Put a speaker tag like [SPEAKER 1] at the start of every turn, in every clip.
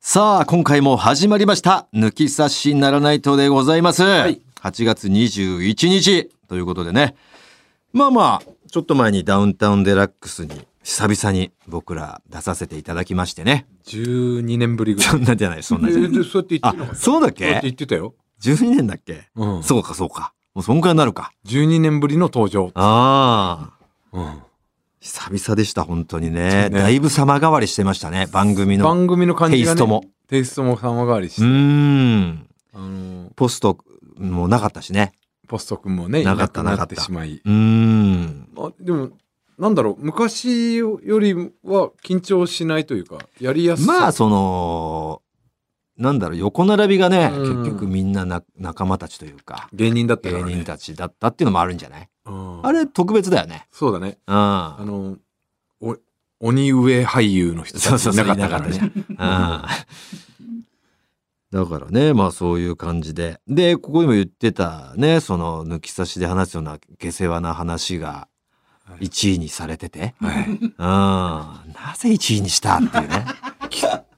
[SPEAKER 1] さあ、今回も始まりました。抜き差しならないとでございます。
[SPEAKER 2] い
[SPEAKER 1] 8月21日ということでね。まあまあ、ちょっと前にダウンタウンデラックスに久々に僕ら出させていただきましてね。
[SPEAKER 2] 12年ぶりぐらい
[SPEAKER 1] そんなじゃない、そんなじゃない。
[SPEAKER 2] えそうやって言ってるの
[SPEAKER 1] あ、そうだっ
[SPEAKER 2] そうやって言
[SPEAKER 1] け
[SPEAKER 2] ってたよ、
[SPEAKER 1] ?12 年だっけ、
[SPEAKER 2] うん、
[SPEAKER 1] そうか、そうか。もうそんくらいになるか。
[SPEAKER 2] 12年ぶりの登場、
[SPEAKER 1] ああ。
[SPEAKER 2] うん、
[SPEAKER 1] 久々でした、本当にね。
[SPEAKER 2] そうね
[SPEAKER 1] だいぶ様変わりしてましたね、番組の。
[SPEAKER 2] 番組の感じが、
[SPEAKER 1] テ
[SPEAKER 2] ね、
[SPEAKER 1] イストも
[SPEAKER 2] テイストも様変わりし
[SPEAKER 1] う
[SPEAKER 2] て、
[SPEAKER 1] ーん。
[SPEAKER 2] あの
[SPEAKER 1] ポストもなかったしね。
[SPEAKER 2] ポスト君もねい
[SPEAKER 1] なか
[SPEAKER 2] な
[SPEAKER 1] った
[SPEAKER 2] くな
[SPEAKER 1] なか
[SPEAKER 2] っ
[SPEAKER 1] ってた
[SPEAKER 2] しまいう
[SPEAKER 1] ーん。
[SPEAKER 2] あでもなんだろう昔よりは緊張しないというかやりやすさ
[SPEAKER 1] まあ、その、なんだろう、横並びがね、
[SPEAKER 2] うん
[SPEAKER 1] 結局みんなな仲間たちというか、
[SPEAKER 2] 芸人だったか
[SPEAKER 1] 芸
[SPEAKER 2] ら、ね、
[SPEAKER 1] 人たちだったっていうのもあるんじゃない
[SPEAKER 2] うん
[SPEAKER 1] あれ特別だよね。
[SPEAKER 2] そうだね
[SPEAKER 1] うん。
[SPEAKER 2] あのお鬼上俳優の人
[SPEAKER 1] そう
[SPEAKER 2] たち
[SPEAKER 1] そう
[SPEAKER 2] い
[SPEAKER 1] そ
[SPEAKER 2] な
[SPEAKER 1] う、
[SPEAKER 2] か
[SPEAKER 1] い
[SPEAKER 2] った
[SPEAKER 1] なか
[SPEAKER 2] か
[SPEAKER 1] っ
[SPEAKER 2] ら
[SPEAKER 1] たね。
[SPEAKER 2] ね
[SPEAKER 1] うん。だからね、まあそういう感じで。で、ここにも言ってたね、その抜き差しで話すような下世話な話が
[SPEAKER 2] はい
[SPEAKER 1] 1位にされてて、
[SPEAKER 2] はい
[SPEAKER 1] うん。なぜ1位にしたって いうね。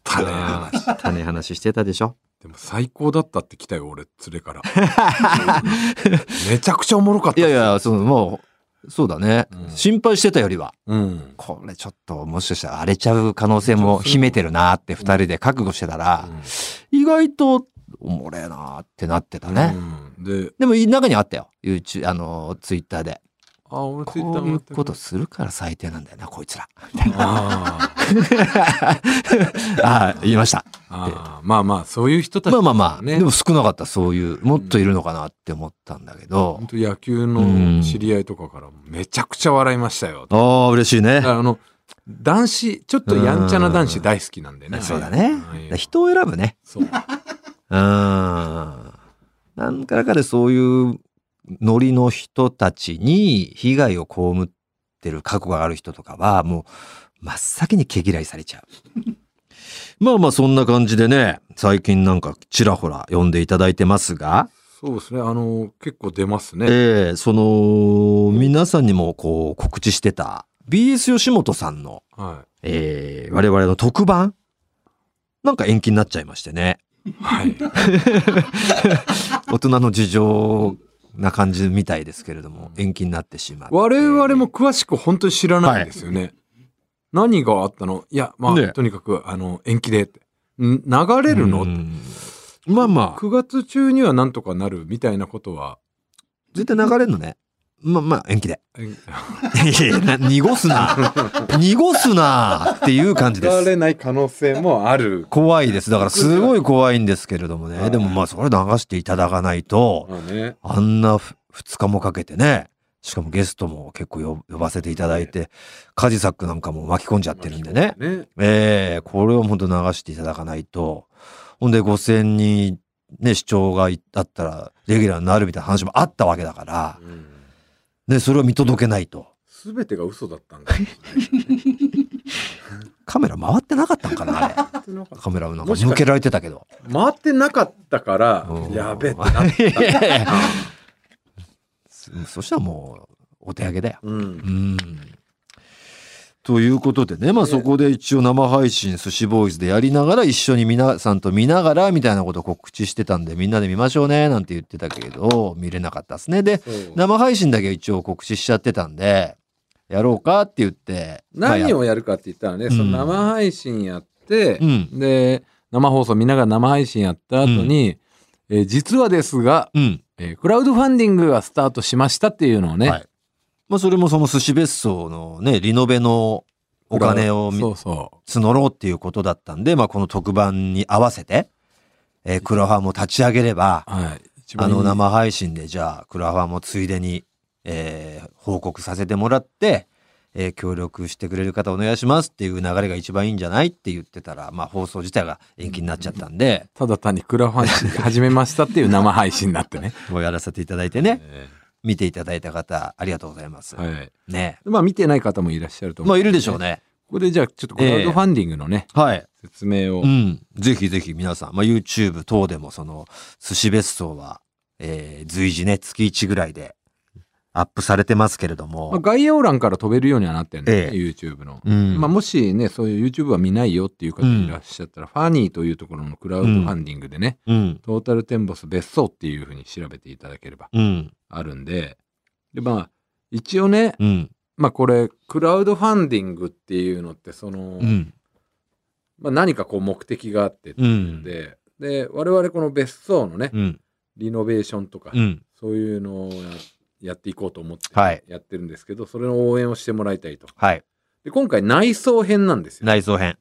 [SPEAKER 2] 汚い話
[SPEAKER 1] 種話してたでしょ。
[SPEAKER 2] でも最高だったって来たよ俺連れから めちゃくちゃおもろかった
[SPEAKER 1] いや
[SPEAKER 2] っす
[SPEAKER 1] いや、そのもう、そうだね、
[SPEAKER 2] うん
[SPEAKER 1] 心配してたよりは。
[SPEAKER 2] うん
[SPEAKER 1] これちょっともしかしたら荒れちゃう可能性も秘めてるなって二人で覚悟してたら、意外とおもれえなってなってた
[SPEAKER 2] うん
[SPEAKER 1] ね。
[SPEAKER 2] うんで
[SPEAKER 1] でも中にはあったよ。YouTube、あの、ツイッターで。
[SPEAKER 2] あ俺ツイッタ
[SPEAKER 1] こ
[SPEAKER 2] ー
[SPEAKER 1] うい
[SPEAKER 2] も
[SPEAKER 1] うことするから最低なんだよな、こいつら。
[SPEAKER 2] あー
[SPEAKER 1] ああ、言いました。
[SPEAKER 2] あーまあまあそういう人たち
[SPEAKER 1] まあまあまあ、
[SPEAKER 2] ね
[SPEAKER 1] でも少なかった、そういう。もっといるのかなって思ったんだけど
[SPEAKER 2] 本。当野球の知り合いとかからめちゃくちゃ笑いましたよ。だか
[SPEAKER 1] ああ、嬉しいね。
[SPEAKER 2] らあの男子ちょっとやんちゃな男子大好きなんでね。
[SPEAKER 1] そうだね
[SPEAKER 2] ああい。う
[SPEAKER 1] 人を選ぶね。
[SPEAKER 2] そう
[SPEAKER 1] うーん。なんからかでそういうノリの人たちに被害を被ってる過去がある人とかは、もう真っ先に毛嫌いされちゃ う。まあまあそんな感じでね、最近なんかちらほら読んでいただいてますが、
[SPEAKER 2] そうですね。あの結構出ますね。
[SPEAKER 1] ええその、皆さんにもこう告知してた BS 吉本さんの、
[SPEAKER 2] は
[SPEAKER 1] ええ我々の特番なんか延期になっちゃいましてね。
[SPEAKER 2] いはい。
[SPEAKER 1] 大人の事情な感じみたいですけれども、延期になってしまって。
[SPEAKER 2] 我々も詳しく本当に知らないんですよね。何があったの？いやまあ、
[SPEAKER 1] ね
[SPEAKER 2] とにかくあの延期でってん流れるの、
[SPEAKER 1] うんまあまあ、
[SPEAKER 2] ?9 月中にはなんとかなるみたいなことは。
[SPEAKER 1] 絶対流れるのね。まあまあ、延期で。
[SPEAKER 2] え
[SPEAKER 1] いやいや、濁すな。濁すなっていう感じで
[SPEAKER 2] 流
[SPEAKER 1] す。
[SPEAKER 2] れない可能性もある。
[SPEAKER 1] 怖いです。だからすごい怖いんですけれども
[SPEAKER 2] は
[SPEAKER 1] ね。
[SPEAKER 2] い
[SPEAKER 1] でもまあ、それ流していただかないと、
[SPEAKER 2] まあね。
[SPEAKER 1] あんなふ2日もかけてね。しかもゲストも結構呼呼ばせていただいて、カジサックなんかも巻き込んじゃってるんでね。
[SPEAKER 2] ね。
[SPEAKER 1] ええこれを本当流していただかないと。ほんで5000人ね、視聴がいあったら、レギュラーになるみたいな話もあったわけだから、
[SPEAKER 2] うん
[SPEAKER 1] ね、それを見届けないと。
[SPEAKER 2] すべてが嘘だったんだよね。
[SPEAKER 1] カメラ回ってなかったんかなあれ。
[SPEAKER 2] 回ってなかっ
[SPEAKER 1] カメラなんか
[SPEAKER 2] もしか
[SPEAKER 1] 向けられてたけど。
[SPEAKER 2] た回ってなかったから
[SPEAKER 1] う、ん
[SPEAKER 2] やべえってなっ
[SPEAKER 1] いやいやいや
[SPEAKER 2] た。
[SPEAKER 1] そそしたらもう、お手上げだよ。
[SPEAKER 2] うん
[SPEAKER 1] う。ん。ということでね、まあ
[SPEAKER 2] ね
[SPEAKER 1] そこで一応生配信、寿司ボーイズでやりながら、一緒に皆さんと見ながら、みたいなことを告知してたんで、みんなで見ましょうね、なんて言ってたけど、見れなかったですね。で、
[SPEAKER 2] そう
[SPEAKER 1] 生配信だけ一応告知しちゃってたんで、やろうかって言って。
[SPEAKER 2] 何
[SPEAKER 1] を
[SPEAKER 2] をやるかって言ったらね、
[SPEAKER 1] ん
[SPEAKER 2] その生配信やって
[SPEAKER 1] う、ん。
[SPEAKER 2] で、生放送見ながら生配信やった後に、えー実はですが、
[SPEAKER 1] うん。
[SPEAKER 2] えークラウドファンディングがスタートしましたっていうのを
[SPEAKER 1] は
[SPEAKER 2] ね、
[SPEAKER 1] いまあ、それもその寿司別荘のね、リノベのお金をみ
[SPEAKER 2] そうそ
[SPEAKER 1] 募ろうっていうことだったんで、まあ、この特番に合わせて、えークラファンも立ち上げれば、
[SPEAKER 2] う。はい。一
[SPEAKER 1] あ
[SPEAKER 2] 番いい
[SPEAKER 1] の生配信でじゃあクラファンもついでに、えー報告させてもらって、えー協力してくれる方お願いしますっていう流れが一番いいんじゃないって言ってたら、まあ、放送自体が延期になっちゃったんで、
[SPEAKER 2] ただ単にクラファンディング始めましたっ ていう生配信になってね。
[SPEAKER 1] もうやらせていただいてね、見ていただいた方、ありがとうございます。
[SPEAKER 2] はい。
[SPEAKER 1] ね。
[SPEAKER 2] まあ見てない方もいらっしゃると思う。
[SPEAKER 1] まあ、いるでしょう。ね。
[SPEAKER 2] ここでじゃあちょっとクラウドファンディングのね、
[SPEAKER 1] はい。
[SPEAKER 2] 説明を、
[SPEAKER 1] うん。ぜひぜひ皆さん、まあ、YouTube 等でも、その、寿司別荘は、えー随時ね、月1ぐらいでアップされてますけれど
[SPEAKER 2] まあ、
[SPEAKER 1] も、
[SPEAKER 2] 概要欄から飛べるようにはなってんの、
[SPEAKER 1] ええ
[SPEAKER 2] YouTube の。
[SPEAKER 1] うん
[SPEAKER 2] まあ、もしねそういう YouTube は見ないよっていう方
[SPEAKER 1] うん
[SPEAKER 2] いらっしゃったら、ファニーというところのクラウドファンディングでね、
[SPEAKER 1] うん
[SPEAKER 2] トータルテンボス別荘っていうふうに調べていただければ
[SPEAKER 1] うん
[SPEAKER 2] あるんででまあ一応ね、
[SPEAKER 1] うん
[SPEAKER 2] まあこれクラウドファンディングっていうのってその、
[SPEAKER 1] うん
[SPEAKER 2] まあ、何かこう目的があってっていうんで、で我々この別荘のね、
[SPEAKER 1] うん
[SPEAKER 2] リノベーションとか、
[SPEAKER 1] うん
[SPEAKER 2] そういうのをややっていこうと思って
[SPEAKER 1] はい
[SPEAKER 2] やってるんですけど、それの応援をしてもらいたいと
[SPEAKER 1] はい
[SPEAKER 2] で今回内装編なんですよ
[SPEAKER 1] 内装編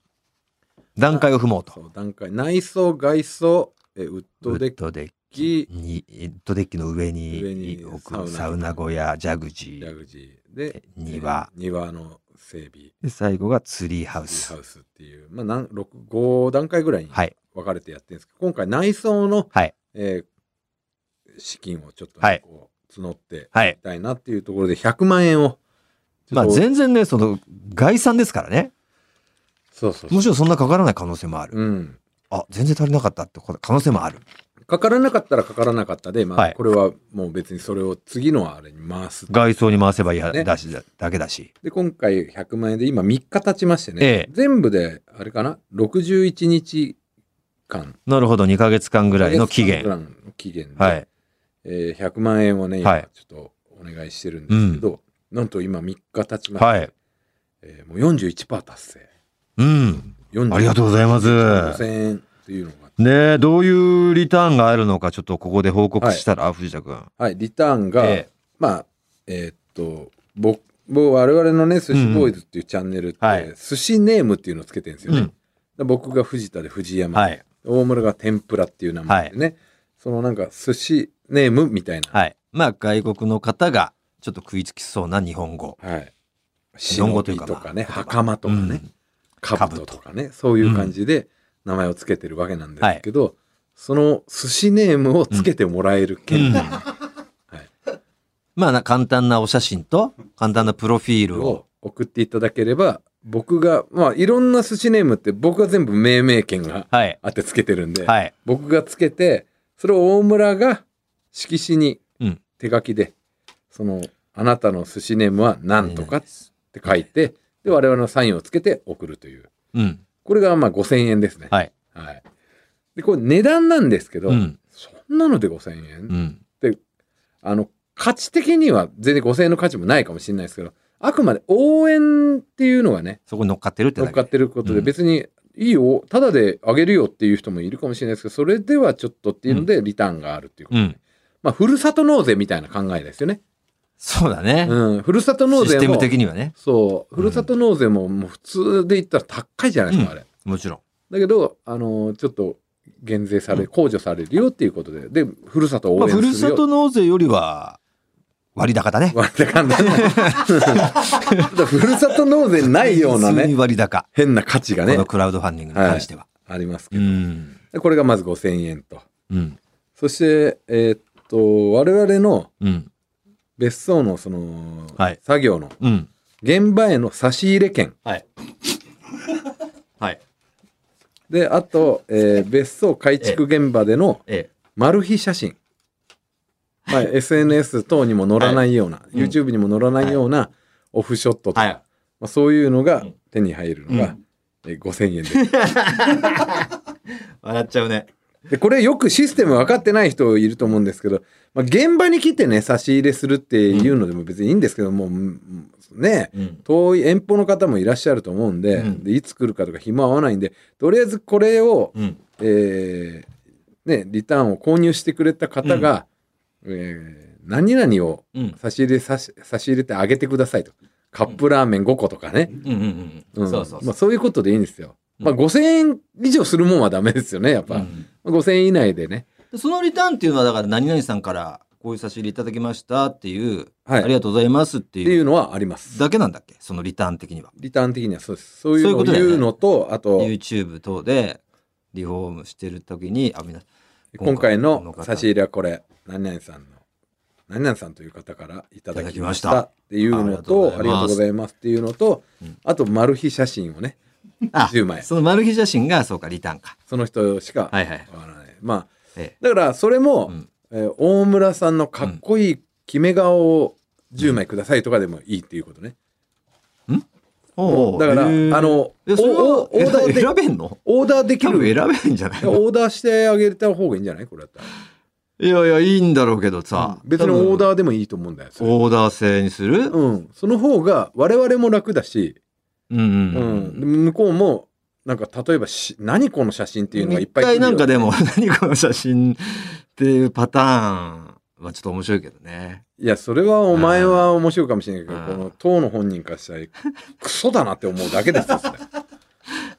[SPEAKER 1] 段階を踏もうと
[SPEAKER 2] そう段階内装外装えウッ
[SPEAKER 1] ウ
[SPEAKER 2] ドデ
[SPEAKER 1] ッ
[SPEAKER 2] ッ
[SPEAKER 1] ドデッ
[SPEAKER 2] キ
[SPEAKER 1] キにウッドデッキの上
[SPEAKER 2] 上
[SPEAKER 1] に
[SPEAKER 2] に
[SPEAKER 1] 置
[SPEAKER 2] サウ
[SPEAKER 1] く
[SPEAKER 2] ナ
[SPEAKER 1] サウナ小屋ジャグジ
[SPEAKER 2] ジャ
[SPEAKER 1] ー
[SPEAKER 2] グジーで
[SPEAKER 1] え庭
[SPEAKER 2] えー庭の整備
[SPEAKER 1] で最後がツリーハウ
[SPEAKER 2] ハ
[SPEAKER 1] ス
[SPEAKER 2] ウスっていう、まあ、なん六5段階ぐらいに
[SPEAKER 1] はい
[SPEAKER 2] 分かれてやってるんですけど、今回内装の、
[SPEAKER 1] はい
[SPEAKER 2] えー資金をちょっとね、
[SPEAKER 1] はい
[SPEAKER 2] こう募って
[SPEAKER 1] はい
[SPEAKER 2] いきたいなっていうところで100万円をちょっと
[SPEAKER 1] まあ全然ねその概算ですからね
[SPEAKER 2] そうそうそう
[SPEAKER 1] むしろそんなかからない可能性もある
[SPEAKER 2] うん、
[SPEAKER 1] あ全然足りなかったってこと可能性もある
[SPEAKER 2] かからなかったらかからなかったで、まあ
[SPEAKER 1] はい
[SPEAKER 2] これはもう別にそれを次のあれに回す
[SPEAKER 1] 外装に回せばいいは
[SPEAKER 2] ね
[SPEAKER 1] だしだだけだし
[SPEAKER 2] で今回100万円で今3日経ちましてね、
[SPEAKER 1] ええ
[SPEAKER 2] 全部であれかな61日間
[SPEAKER 1] なるほど2ヶ月間ぐ
[SPEAKER 2] ぐ
[SPEAKER 1] らいの期限
[SPEAKER 2] 期限で、
[SPEAKER 1] はい
[SPEAKER 2] えー100万円をね今
[SPEAKER 1] はい
[SPEAKER 2] ちょっとお願いしてるんですけど、なんと今3日経ちまして、
[SPEAKER 1] はい
[SPEAKER 2] えーもう41%達成
[SPEAKER 1] うん
[SPEAKER 2] 40
[SPEAKER 1] ありがとうございます
[SPEAKER 2] 5000円というのが
[SPEAKER 1] ねえどういうリターンがあるのかちょっとここで報告したら、藤田君
[SPEAKER 2] はいリターンが、
[SPEAKER 1] ええ
[SPEAKER 2] まあえーっと僕僕我々のね寿司ボーイズっていうチャンネルって、
[SPEAKER 1] はい
[SPEAKER 2] 寿司ネームっていうのをつけてるんですよね、
[SPEAKER 1] うん
[SPEAKER 2] で僕が藤田で藤山、
[SPEAKER 1] はい
[SPEAKER 2] 大村が天ぷらっていう名前でね、そのなんか寿司ネームみたいな、
[SPEAKER 1] はいまあ外国の方がちょっと食いつきそうな日本語
[SPEAKER 2] はい、
[SPEAKER 1] 日本語というか
[SPEAKER 2] 忍びとかね
[SPEAKER 1] まあ
[SPEAKER 2] 袴とかね、兜とかねそういう感じで名前をつけてるわけなんですけど、その寿司ネームをつけてもらえる権利、
[SPEAKER 1] うん
[SPEAKER 2] はい
[SPEAKER 1] まあな簡単なお写真と簡単なプロフィールを
[SPEAKER 2] を送っていただければ僕がまあいろんな寿司ネームって僕が全部命名権が
[SPEAKER 1] はい
[SPEAKER 2] あってつけてるんで、
[SPEAKER 1] はい
[SPEAKER 2] 僕がつけてそれを大村が色紙に
[SPEAKER 1] うん
[SPEAKER 2] 手書きで、そのあなたの寿司ネームは何とかって書いてで我々のサインをつけて送るという
[SPEAKER 1] うん
[SPEAKER 2] これがまあ5000円ですね
[SPEAKER 1] はい
[SPEAKER 2] はいでこれ値段なんですけど、
[SPEAKER 1] うん
[SPEAKER 2] そんなので5000円、
[SPEAKER 1] うん
[SPEAKER 2] あの価値的には全然5000円の価値もないかもしれないですけどあくまで応援っていうのがね
[SPEAKER 1] そこに乗っかってるって
[SPEAKER 2] 乗
[SPEAKER 1] だ
[SPEAKER 2] っ
[SPEAKER 1] け
[SPEAKER 2] かってること
[SPEAKER 1] う
[SPEAKER 2] で
[SPEAKER 1] ん
[SPEAKER 2] 別にいいよただであげるよっていう人もいるかもしれないですけどそれではちょっとっていうのでリターンがあるっていうこと、
[SPEAKER 1] うん
[SPEAKER 2] まあふるさと納税みたいな考えですよね、
[SPEAKER 1] そうだね、
[SPEAKER 2] うん、ふるさと納
[SPEAKER 1] シ
[SPEAKER 2] 税
[SPEAKER 1] ス
[SPEAKER 2] も
[SPEAKER 1] テム的にはね
[SPEAKER 2] そうふるさと納税ももう普通で言ったら高いじゃないですか、
[SPEAKER 1] うん
[SPEAKER 2] あれ
[SPEAKER 1] もちろん
[SPEAKER 2] だけどあのちょっと減税され
[SPEAKER 1] うん
[SPEAKER 2] 控除されるよっていうことででふるさとを
[SPEAKER 1] まあ、
[SPEAKER 2] 応援す
[SPEAKER 1] ふ
[SPEAKER 2] るよ、
[SPEAKER 1] るさと納税よりは割高だね
[SPEAKER 2] 割高ね。ふるさと納税ないような
[SPEAKER 1] 普通に
[SPEAKER 2] ね、
[SPEAKER 1] 割高、
[SPEAKER 2] 変な価値が
[SPEAKER 1] こ
[SPEAKER 2] ね
[SPEAKER 1] の、クラウドファンディングに関しては、
[SPEAKER 2] ありますけ
[SPEAKER 1] う
[SPEAKER 2] ど。
[SPEAKER 1] ん
[SPEAKER 2] でこれがまず5000円と。
[SPEAKER 1] うん
[SPEAKER 2] そして、えーっと、我々の
[SPEAKER 1] うん
[SPEAKER 2] 別荘のその、
[SPEAKER 1] はい
[SPEAKER 2] 作業の
[SPEAKER 1] うん
[SPEAKER 2] 現場への差し入れ券。
[SPEAKER 1] はい はい
[SPEAKER 2] で、あと、えー別荘改築現場での
[SPEAKER 1] ええ
[SPEAKER 2] マル秘写真。まあ、SNS 等にも載らないような、
[SPEAKER 1] いうん
[SPEAKER 2] YouTube にも載らないようなオフショットとか、
[SPEAKER 1] はい
[SPEAKER 2] まあ、そういうのが手に入るの
[SPEAKER 1] う
[SPEAKER 2] が、えー5000円です。
[SPEAKER 1] 笑っちゃうね
[SPEAKER 2] でこれよくシステム分かってない人いると思うんですけど、まあ、現場に来てね差し入れするっていうのでも別にいいんですけども、うんね
[SPEAKER 1] うん
[SPEAKER 2] 遠い遠方の方もいらっしゃると思うんで,、
[SPEAKER 1] うん
[SPEAKER 2] でいつ来るかとか暇合わないんでとりあえずこれを、
[SPEAKER 1] うん
[SPEAKER 2] えーね、リターンを購入してくれた方が、えー何々を
[SPEAKER 1] うん
[SPEAKER 2] 差し入れ差し差し入れてあげてくださいとカップラーメン5個とかね、
[SPEAKER 1] うんうん
[SPEAKER 2] うん
[SPEAKER 1] そうそうそう
[SPEAKER 2] まあ、そういうことでいいんですよ。
[SPEAKER 1] うん
[SPEAKER 2] まあ、5000円以上するもんはダメですよねやっぱ、まあ5000円以内でね
[SPEAKER 1] でそのリターンっていうのはだから何々さんからこういう差し入れいただきましたっていう、
[SPEAKER 2] はい
[SPEAKER 1] ありがとうございますって
[SPEAKER 2] ってい
[SPEAKER 1] いう
[SPEAKER 2] うのはあります。
[SPEAKER 1] だけなんだっけそのリターン的には
[SPEAKER 2] リターン的にはそうです。そういう
[SPEAKER 1] そういう
[SPEAKER 2] の
[SPEAKER 1] こと
[SPEAKER 2] を
[SPEAKER 1] だよね
[SPEAKER 2] 言うのと、あと、
[SPEAKER 1] YouTube 等でリフォームしてる時にあみんな
[SPEAKER 2] 今回
[SPEAKER 1] こ
[SPEAKER 2] の
[SPEAKER 1] 方
[SPEAKER 2] 差し入れはこれ、何々さんの、何々さんという方からいただきました
[SPEAKER 1] いただきました
[SPEAKER 2] っていうのと、あ
[SPEAKER 1] あ
[SPEAKER 2] り
[SPEAKER 1] り
[SPEAKER 2] が
[SPEAKER 1] がとうご
[SPEAKER 2] とうござ
[SPEAKER 1] ざ
[SPEAKER 2] いますっていうのと
[SPEAKER 1] うん、
[SPEAKER 2] あと、マル秘写真をね、
[SPEAKER 1] あ
[SPEAKER 2] 10枚
[SPEAKER 1] そのマル秘写真がそうかリターンか
[SPEAKER 2] その人しか
[SPEAKER 1] はいはい
[SPEAKER 2] わからない。まあ
[SPEAKER 1] ええ、
[SPEAKER 2] だから、それも
[SPEAKER 1] う、ん
[SPEAKER 2] えー大村さんのかっこいい決め顔を10枚くださいとかでもいいっていうことね。
[SPEAKER 1] おうおう
[SPEAKER 2] だから、
[SPEAKER 1] へ
[SPEAKER 2] あ
[SPEAKER 1] ー
[SPEAKER 2] の、
[SPEAKER 1] えそれは
[SPEAKER 2] おおオーダー
[SPEAKER 1] 選
[SPEAKER 2] で
[SPEAKER 1] 選べんの
[SPEAKER 2] オーダーでき
[SPEAKER 1] 多分
[SPEAKER 2] る。
[SPEAKER 1] 選べんじゃないの
[SPEAKER 2] オーダーしてあげた方がいいんじゃないこれだったら。
[SPEAKER 1] いやいやいいんだろうけどさ、
[SPEAKER 2] うん別にオー
[SPEAKER 1] ー
[SPEAKER 2] ダーでもいいと思うんだよ。それ
[SPEAKER 1] オーダー制にする、
[SPEAKER 2] うん。その方が我々も楽だし、
[SPEAKER 1] うんうん
[SPEAKER 2] う
[SPEAKER 1] うん
[SPEAKER 2] ん。で向こうも、なんか例えばし、何この写真っていうのがいっぱい来る
[SPEAKER 1] 一回
[SPEAKER 2] よ
[SPEAKER 1] なんかでも 何この写真っていうパターンはちょっと面白いけどね
[SPEAKER 2] いや、それはお前は面白いかもしれないけど、
[SPEAKER 1] うん
[SPEAKER 2] この当の本人からしたら、 クソだなって思うだけですよ、そ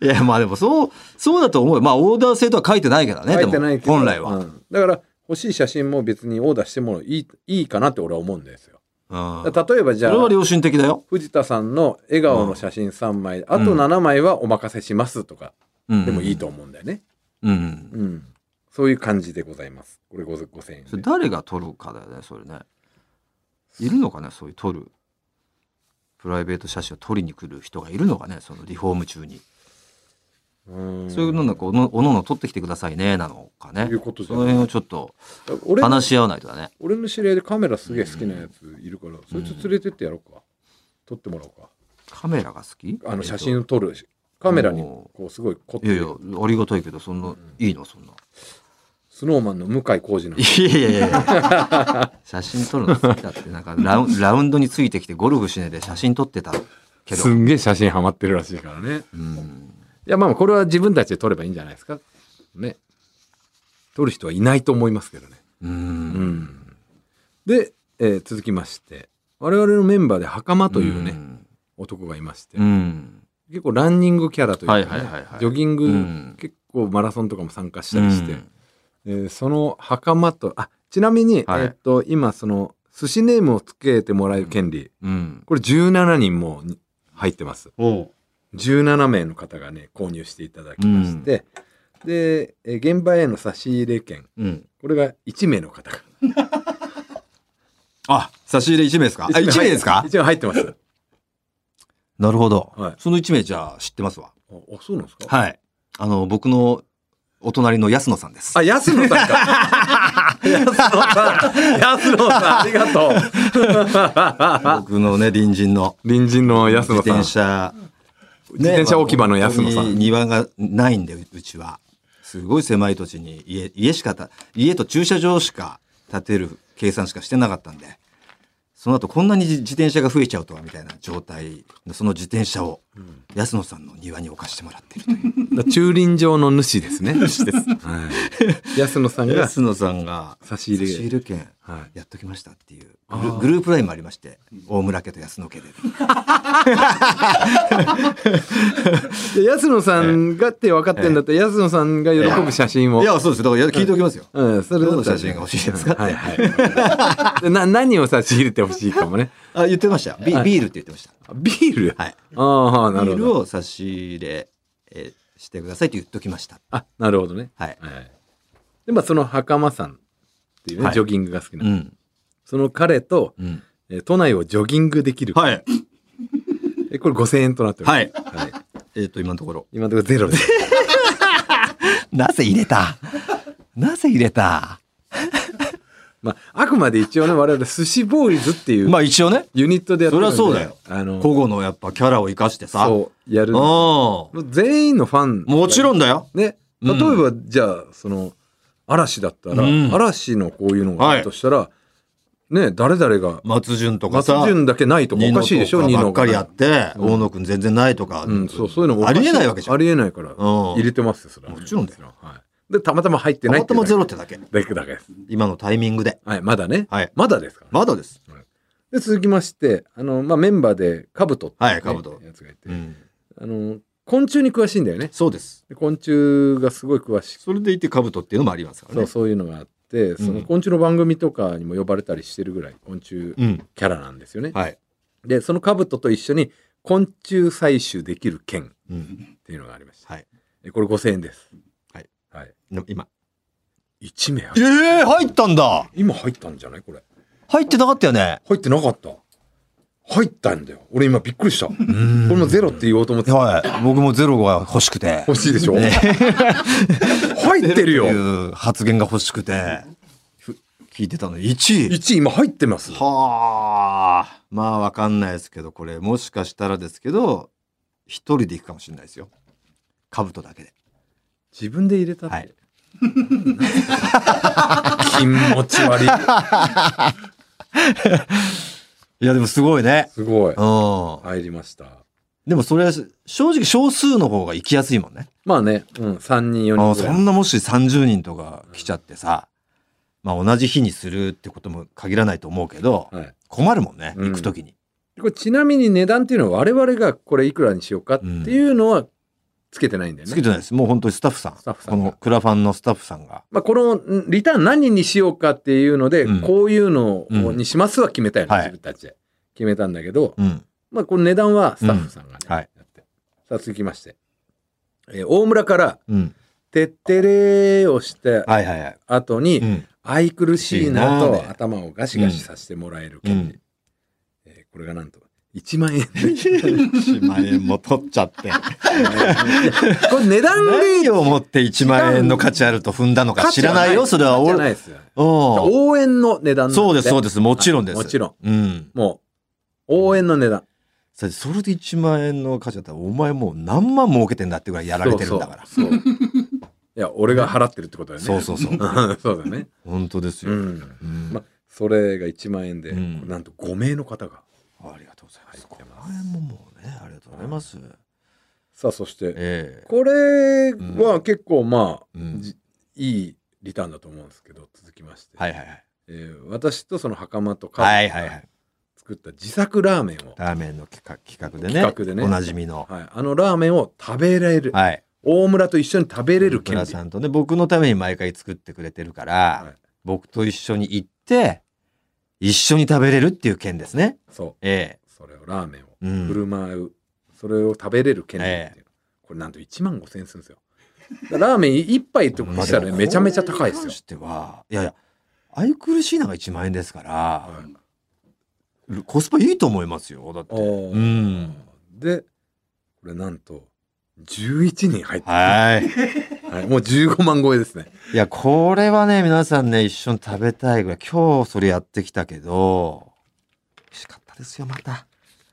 [SPEAKER 2] れ
[SPEAKER 1] いやまあでもそうそうだと思うよまあオーダー制とは書いてないけどね
[SPEAKER 2] 書いてないけ
[SPEAKER 1] で
[SPEAKER 2] ど
[SPEAKER 1] も本来は、
[SPEAKER 2] うんだから、欲しい写真も別にオーダーしてもいいいいかなって俺は思うんですよ。
[SPEAKER 1] うん
[SPEAKER 2] だから例えばじ
[SPEAKER 1] そ
[SPEAKER 2] ゃあ
[SPEAKER 1] れ、は良心的だよ、
[SPEAKER 2] 藤田さんの笑顔の写真3枚、あと7枚はお任せしますとか
[SPEAKER 1] うん、
[SPEAKER 2] でもいいと思うんだよね。
[SPEAKER 1] うん、
[SPEAKER 2] うん。そういう感じでございます。これご5000円
[SPEAKER 1] そ
[SPEAKER 2] で
[SPEAKER 1] れ。誰が取るかだよねそれねいるのかねそういう取るプライベート写真を撮りに来る人がいるのかねそのリフォーム中に、
[SPEAKER 2] うん
[SPEAKER 1] そういうのなんかおのおのおの撮ってきてくださいねなのかね
[SPEAKER 2] いうことじ
[SPEAKER 1] そ
[SPEAKER 2] ゃ
[SPEAKER 1] の
[SPEAKER 2] ない
[SPEAKER 1] 辺をちょっと
[SPEAKER 2] 俺の
[SPEAKER 1] 話し合わないとだね
[SPEAKER 2] 俺の知り合いでカメラすげえ好きなやついるから、そいつ連れてってやろうか。撮ってもらおうか。
[SPEAKER 1] カメラが好き
[SPEAKER 2] あの写
[SPEAKER 1] え
[SPEAKER 2] 真
[SPEAKER 1] っ
[SPEAKER 2] を撮るカメラに
[SPEAKER 1] お
[SPEAKER 2] こうすごい凝
[SPEAKER 1] と
[SPEAKER 2] って
[SPEAKER 1] いやい
[SPEAKER 2] る
[SPEAKER 1] やありがたいけどそんな、いいのそんな
[SPEAKER 2] スノーマンの向井浩二の
[SPEAKER 1] いやいやいや 写真撮るの好きだってなんかラウンラウンドについてきてゴルフしねで写真撮ってたけど、
[SPEAKER 2] んげえ写真ハマってるらしいからね
[SPEAKER 1] うん、
[SPEAKER 2] いやまあこれは自分たちで撮ればいいんじゃないですかね撮る人はいないと思いますけどね
[SPEAKER 1] う
[SPEAKER 2] うんんで、えー続きまして我々のメンバーで袴というね、
[SPEAKER 1] ん
[SPEAKER 2] 男がいまして、
[SPEAKER 1] うん
[SPEAKER 2] 結構ランニングキャラというか、ね
[SPEAKER 1] はいはいはいはい
[SPEAKER 2] ジョギング、
[SPEAKER 1] うん
[SPEAKER 2] 結構マラソンとかも参加したりして、
[SPEAKER 1] うん
[SPEAKER 2] えーその袴とあちなみに、
[SPEAKER 1] はい
[SPEAKER 2] えーっと今その寿司ネームをつけてもらう権利、
[SPEAKER 1] うん
[SPEAKER 2] これ17人もに入ってます
[SPEAKER 1] お
[SPEAKER 2] 17名の方がね購入していただきまして、で、えー現場への差し入れ券
[SPEAKER 1] うん
[SPEAKER 2] これが1名の方が
[SPEAKER 1] あ差し入れ1名ですかあ1名ですか
[SPEAKER 2] 1名入ってます
[SPEAKER 1] なるほど、
[SPEAKER 2] はい
[SPEAKER 1] その1名じゃあ知ってますわ
[SPEAKER 2] ああそうなんですか
[SPEAKER 1] はいあの僕のお隣の安野さんです
[SPEAKER 2] あ、安野 さんか。安野さん。安野さん、ありがとう。
[SPEAKER 1] 僕のね隣人の
[SPEAKER 2] 隣人の安
[SPEAKER 1] 自
[SPEAKER 2] 野さん。
[SPEAKER 1] 転車、
[SPEAKER 2] 自転車置き場の安野さん
[SPEAKER 1] 本当に庭がないんでううちはすごい狭い土地に家家しかた家と駐車場しか建てる計算しかしてなかったんでその後こんなに自自転車が増えちゃうとはみたいな状態のその自転車を安野さんの庭に置かしてもらってるという
[SPEAKER 2] だ駐輪場の主ですね。主です。安野さんが
[SPEAKER 1] 安野さんが
[SPEAKER 2] 差し入れ
[SPEAKER 1] 差し入れ券
[SPEAKER 2] はい
[SPEAKER 1] やっときましたっていう
[SPEAKER 2] あ
[SPEAKER 1] グル
[SPEAKER 2] ー
[SPEAKER 1] グループラインもありまして大村家と安野家で
[SPEAKER 2] で安野さんがって分かってんだったら、安野さんが喜ぶ写真を。
[SPEAKER 1] いやそうですだから聞いておきますよ、
[SPEAKER 2] うん、それだ
[SPEAKER 1] ど
[SPEAKER 2] っ
[SPEAKER 1] の
[SPEAKER 2] たら
[SPEAKER 1] 写真が欲しいですかって、
[SPEAKER 2] はいはい。でな、何を差し入れてほしいかもね。
[SPEAKER 1] あ言ってましたビ
[SPEAKER 2] はい
[SPEAKER 1] ビールって言ってました
[SPEAKER 2] ビール
[SPEAKER 1] はい
[SPEAKER 2] ああ、な
[SPEAKER 1] ビ
[SPEAKER 2] る
[SPEAKER 1] ー
[SPEAKER 2] ほ
[SPEAKER 1] ル
[SPEAKER 2] ど。
[SPEAKER 1] を差し入れえーしてくださいと言っときました。
[SPEAKER 2] あ、なるほどね。
[SPEAKER 1] はい。
[SPEAKER 2] はい。で、まあ、その袴さんっていうね、
[SPEAKER 1] はい
[SPEAKER 2] ジョギングが好きな。
[SPEAKER 1] うん。
[SPEAKER 2] その彼と、
[SPEAKER 1] うん。
[SPEAKER 2] えー都内をジョギングできる。
[SPEAKER 1] はい。
[SPEAKER 2] えこれ5000円となっております。
[SPEAKER 1] はい。
[SPEAKER 2] はい。
[SPEAKER 1] えっ、と、今のところ。
[SPEAKER 2] 今のところ ゼロです。
[SPEAKER 1] なぜ入れたなぜ入れた
[SPEAKER 2] まあ、あくまで一応ね、我々寿司ボーイズっていう
[SPEAKER 1] まあ一応ね、
[SPEAKER 2] ユニットでやってるんで。
[SPEAKER 1] そりゃそうだよ
[SPEAKER 2] あの、
[SPEAKER 1] 個々のやっぱキャラを生かしてさ。
[SPEAKER 2] そう、やる。も
[SPEAKER 1] う
[SPEAKER 2] う全員のファン。
[SPEAKER 1] ん。もちろ
[SPEAKER 2] ん。
[SPEAKER 1] んだよ。
[SPEAKER 2] ね。
[SPEAKER 1] う
[SPEAKER 2] 例え
[SPEAKER 1] ん
[SPEAKER 2] ば、じゃあ、その、嵐だったら、
[SPEAKER 1] うん
[SPEAKER 2] 嵐のこういうのがあるとしたら、ね、誰々が、
[SPEAKER 1] 松潤とか
[SPEAKER 2] 松
[SPEAKER 1] さ。
[SPEAKER 2] 潤だけないとかおかしいでしょ、
[SPEAKER 1] ニ
[SPEAKER 2] ニ
[SPEAKER 1] ノ
[SPEAKER 2] ノ
[SPEAKER 1] とかばっかりあ
[SPEAKER 2] が
[SPEAKER 1] っ。て、大野くん全然ないとか。
[SPEAKER 2] うん、そう、そういうのお
[SPEAKER 1] あ
[SPEAKER 2] かし
[SPEAKER 1] りえないわけじゃん。
[SPEAKER 2] ありえないから、
[SPEAKER 1] うん
[SPEAKER 2] 入れてますよ、それは
[SPEAKER 1] もちろんだよ。
[SPEAKER 2] はい。で、たまたま入って
[SPEAKER 1] た
[SPEAKER 2] ない
[SPEAKER 1] ま
[SPEAKER 2] っ
[SPEAKER 1] た
[SPEAKER 2] てい
[SPEAKER 1] ま
[SPEAKER 2] うだけ
[SPEAKER 1] ゼロってだけ。
[SPEAKER 2] だけだけです。
[SPEAKER 1] 今のタイミングで。
[SPEAKER 2] はい、まだね。
[SPEAKER 1] はい
[SPEAKER 2] まだですから、
[SPEAKER 1] まだです。
[SPEAKER 2] で、続きまして、あの、まあ、メンバーで、カブトってうね
[SPEAKER 1] はい兜
[SPEAKER 2] やつがいて、
[SPEAKER 1] うん。
[SPEAKER 2] あの、昆虫に詳しいんだよね。
[SPEAKER 1] そうです。
[SPEAKER 2] で昆虫がすごい詳しく、
[SPEAKER 1] それでいて、兜っていうのもありますから
[SPEAKER 2] そう、
[SPEAKER 1] ね。
[SPEAKER 2] そういうのがあって、その昆虫の番組とかにも呼ばれたりしてるぐらい、昆虫
[SPEAKER 1] うん。
[SPEAKER 2] キャラなんですよね。
[SPEAKER 1] はい。
[SPEAKER 2] で、そのカブトと一緒に、昆虫採集できる券
[SPEAKER 1] うん。
[SPEAKER 2] っていうのがありました。
[SPEAKER 1] はい。
[SPEAKER 2] えこれ5000円です。
[SPEAKER 1] はい。
[SPEAKER 2] はい。
[SPEAKER 1] の今。
[SPEAKER 2] 1名入っ
[SPEAKER 1] ええ入ったんだ
[SPEAKER 2] 今入ったんじゃないこれ。
[SPEAKER 1] 入ってなかったよね。
[SPEAKER 2] 入ってなかった。入ったんだよ。俺今びっくりした。これもゼロって言おうと思ってた。
[SPEAKER 1] はい。僕もゼロが欲しくて。
[SPEAKER 2] 欲しいでしょ 入ってる
[SPEAKER 1] ゼロ
[SPEAKER 2] よ
[SPEAKER 1] という発言が欲しくて。ふ聞いてたの1位
[SPEAKER 2] 1位今入ってます
[SPEAKER 1] はあまあわかんないですけどこれもしかしたらですけど一人で行くかもしれないですよ兜だけで
[SPEAKER 2] 自分で入れたって、
[SPEAKER 1] はい
[SPEAKER 2] 気持ち悪い
[SPEAKER 1] いやでもすごいね
[SPEAKER 2] すごい
[SPEAKER 1] うん
[SPEAKER 2] 入りました
[SPEAKER 1] でもそれは正直少数の方が行きやすいもんね
[SPEAKER 2] まあね、うん、3人4
[SPEAKER 1] あ
[SPEAKER 2] 人
[SPEAKER 1] あ
[SPEAKER 2] ぐ
[SPEAKER 1] そ
[SPEAKER 2] らい
[SPEAKER 1] んなもし30人とか来ちゃってさ、まあ、同じ日にするってことも限らないと思うけど
[SPEAKER 2] はい、
[SPEAKER 1] 困るもんね
[SPEAKER 2] うん
[SPEAKER 1] 行く時に、
[SPEAKER 2] これちなみに値段っていうのは我々がこれいくらにしようかっていうのはつけてないんだよ
[SPEAKER 1] つ
[SPEAKER 2] ね、
[SPEAKER 1] けてないですもう本当にスタッフさん
[SPEAKER 2] スタッフさ
[SPEAKER 1] こ
[SPEAKER 2] んが
[SPEAKER 1] のクラファンのスタッフさんが
[SPEAKER 2] まあ、このんリターン何にしようかっていうので、
[SPEAKER 1] うん
[SPEAKER 2] こういうのを
[SPEAKER 1] うん
[SPEAKER 2] にしますは決めたよね、
[SPEAKER 1] はい
[SPEAKER 2] 自分たちで決めたんだけど、
[SPEAKER 1] うん
[SPEAKER 2] まあ、この値段はスタッフさんがね、
[SPEAKER 1] うんはい
[SPEAKER 2] やってさあ続きまして、えー大村から
[SPEAKER 1] うん
[SPEAKER 2] 「てってれ」をして
[SPEAKER 1] はいはいはい、
[SPEAKER 2] 後に、
[SPEAKER 1] うん、
[SPEAKER 2] 愛くるしいない
[SPEAKER 1] いなー
[SPEAKER 2] と
[SPEAKER 1] で
[SPEAKER 2] 頭をガシガシさせてもらえる権利、
[SPEAKER 1] うん
[SPEAKER 2] えーこれがなんと1万円
[SPEAKER 1] 1万円も取っちゃって
[SPEAKER 2] これ値段で
[SPEAKER 1] 何を持って1万円の価値あると踏んだのか知らないよそれは
[SPEAKER 2] 俺じゃな
[SPEAKER 1] 俺
[SPEAKER 2] いですよ
[SPEAKER 1] うん
[SPEAKER 2] 応援の値段なん
[SPEAKER 1] そうですそう
[SPEAKER 2] で
[SPEAKER 1] ですもちろんです、
[SPEAKER 2] はいもちろん
[SPEAKER 1] うん
[SPEAKER 2] もう応援の値段
[SPEAKER 1] それそれで1万円の価値だったらお前もう何万儲けてんだってぐらいやられてるんだから
[SPEAKER 2] そうそうそういや俺が払ってるってことだよね
[SPEAKER 1] そうそうそう
[SPEAKER 2] そうだね
[SPEAKER 1] 本当です
[SPEAKER 2] う
[SPEAKER 1] よ、
[SPEAKER 2] ん
[SPEAKER 1] うん
[SPEAKER 2] まそれが1万円で、
[SPEAKER 1] うん
[SPEAKER 2] なんと5名の方が
[SPEAKER 1] ありがとうございます。
[SPEAKER 2] 入ってます
[SPEAKER 1] この辺ももうね、ありがとうございます。
[SPEAKER 2] さあそして
[SPEAKER 1] ええ
[SPEAKER 2] これは結構まあ、
[SPEAKER 1] うん
[SPEAKER 2] じいいリターンだと思うんですけど続きまして、
[SPEAKER 1] はいはいはい。
[SPEAKER 2] えー私とその袴とカ
[SPEAKER 1] は
[SPEAKER 2] ズ
[SPEAKER 1] い
[SPEAKER 2] さ
[SPEAKER 1] はい
[SPEAKER 2] ん
[SPEAKER 1] は
[SPEAKER 2] が
[SPEAKER 1] い。
[SPEAKER 2] 作った自作ラーメンを、
[SPEAKER 1] ラーメンの企画企画でね。
[SPEAKER 2] 企画でね
[SPEAKER 1] おなじみの。
[SPEAKER 2] はい、あのラーメンを食べられる、
[SPEAKER 1] はい。
[SPEAKER 2] 大村と一緒に食べれる権
[SPEAKER 1] 村
[SPEAKER 2] 利
[SPEAKER 1] さんとね、僕のために毎回作ってくれてるから、
[SPEAKER 2] はい
[SPEAKER 1] 僕と一緒に行って、一緒に食べれるっていう件ですね。
[SPEAKER 2] そう
[SPEAKER 1] え
[SPEAKER 2] それをラーメンを
[SPEAKER 1] えう
[SPEAKER 2] 振
[SPEAKER 1] ん。
[SPEAKER 2] る舞う、それを食べれる権利っていう、これなんと1万5千円するんですよだからラーメン一杯とかしたらねめちゃめちゃ高いです
[SPEAKER 1] まあもこれに
[SPEAKER 2] よ
[SPEAKER 1] 関、しては、いやいや、愛くるしいのが1万円ですから、
[SPEAKER 2] はい
[SPEAKER 1] コスパいいと思いますよ。だって。
[SPEAKER 2] おー
[SPEAKER 1] うん
[SPEAKER 2] でこれなんと11人入ってる
[SPEAKER 1] はい。
[SPEAKER 2] はい、もう15万超えですね
[SPEAKER 1] いや、これはね、皆さんね、一緒に食べたいぐらい、今日それやってきたけど、美味しかったですよ、また。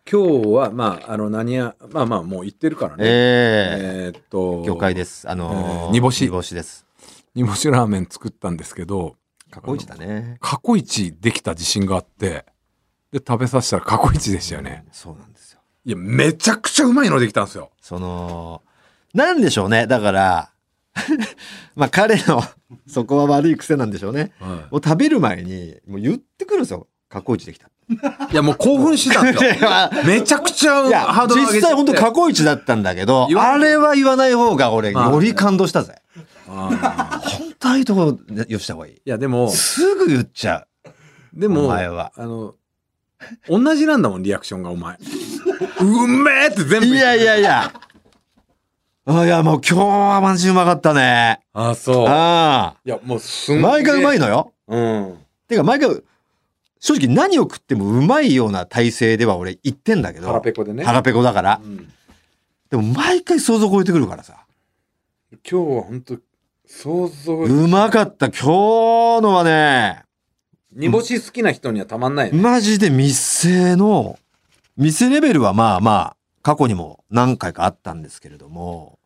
[SPEAKER 2] 今日はまああの何やまあまあもう言ってるからね
[SPEAKER 1] え
[SPEAKER 2] えーっと
[SPEAKER 1] え魚介です。あのー
[SPEAKER 2] えー煮干し
[SPEAKER 1] 煮干しです。
[SPEAKER 2] 煮干しラーメン作ったんですけど
[SPEAKER 1] 過去一だね。
[SPEAKER 2] 過去一できた自信があってで食べさせたら過去一でしたよね
[SPEAKER 1] そうなんですよ。
[SPEAKER 2] いやめちゃくちゃうまいのできたんですよ
[SPEAKER 1] その、なんでしょうね。だから、 まあ彼の、そこは悪い癖なんでしょうね。
[SPEAKER 2] は
[SPEAKER 1] もう食べる前に、もう言ってくるんですよ。過去一できた。
[SPEAKER 2] い、いやもう興奮してたん ですよめちゃくちゃ
[SPEAKER 1] いや、
[SPEAKER 2] ハードル上げ
[SPEAKER 1] 実
[SPEAKER 2] ちゃ
[SPEAKER 1] 際
[SPEAKER 2] って
[SPEAKER 1] 本当過去一だったんだけど
[SPEAKER 2] 言、わ
[SPEAKER 1] あれは言わない方が俺、
[SPEAKER 2] まあ
[SPEAKER 1] より感動したぜ。
[SPEAKER 2] あー
[SPEAKER 1] 本当ああいうところ、よした方がいい。
[SPEAKER 2] いやで も
[SPEAKER 1] すぐ言っちゃ
[SPEAKER 2] で
[SPEAKER 1] う。お
[SPEAKER 2] も
[SPEAKER 1] 前
[SPEAKER 2] あ
[SPEAKER 1] は。
[SPEAKER 2] の同じなんだもんリアクションがお前 うめえって全部
[SPEAKER 1] い
[SPEAKER 2] 言って
[SPEAKER 1] やいやいや。あいや、もう今日はマジうまかったね。
[SPEAKER 2] あーそう
[SPEAKER 1] あ
[SPEAKER 2] いやもうす
[SPEAKER 1] あ。
[SPEAKER 2] んげえ
[SPEAKER 1] 毎回うまいのよ。
[SPEAKER 2] うん
[SPEAKER 1] てか毎回、正直何を食ってもうまいような体勢では俺言ってんだけど。
[SPEAKER 2] 腹ペコでね
[SPEAKER 1] 腹ペコだから
[SPEAKER 2] う。ん
[SPEAKER 1] でも毎回想像超えてくるからさ。
[SPEAKER 2] 今日は本当想像
[SPEAKER 1] うまかった。今日のはね、
[SPEAKER 2] 煮干し好きな人にはたまんないね、
[SPEAKER 1] マジで店の、店レベルはまあまあ、過去にも何回かあったんですけれども、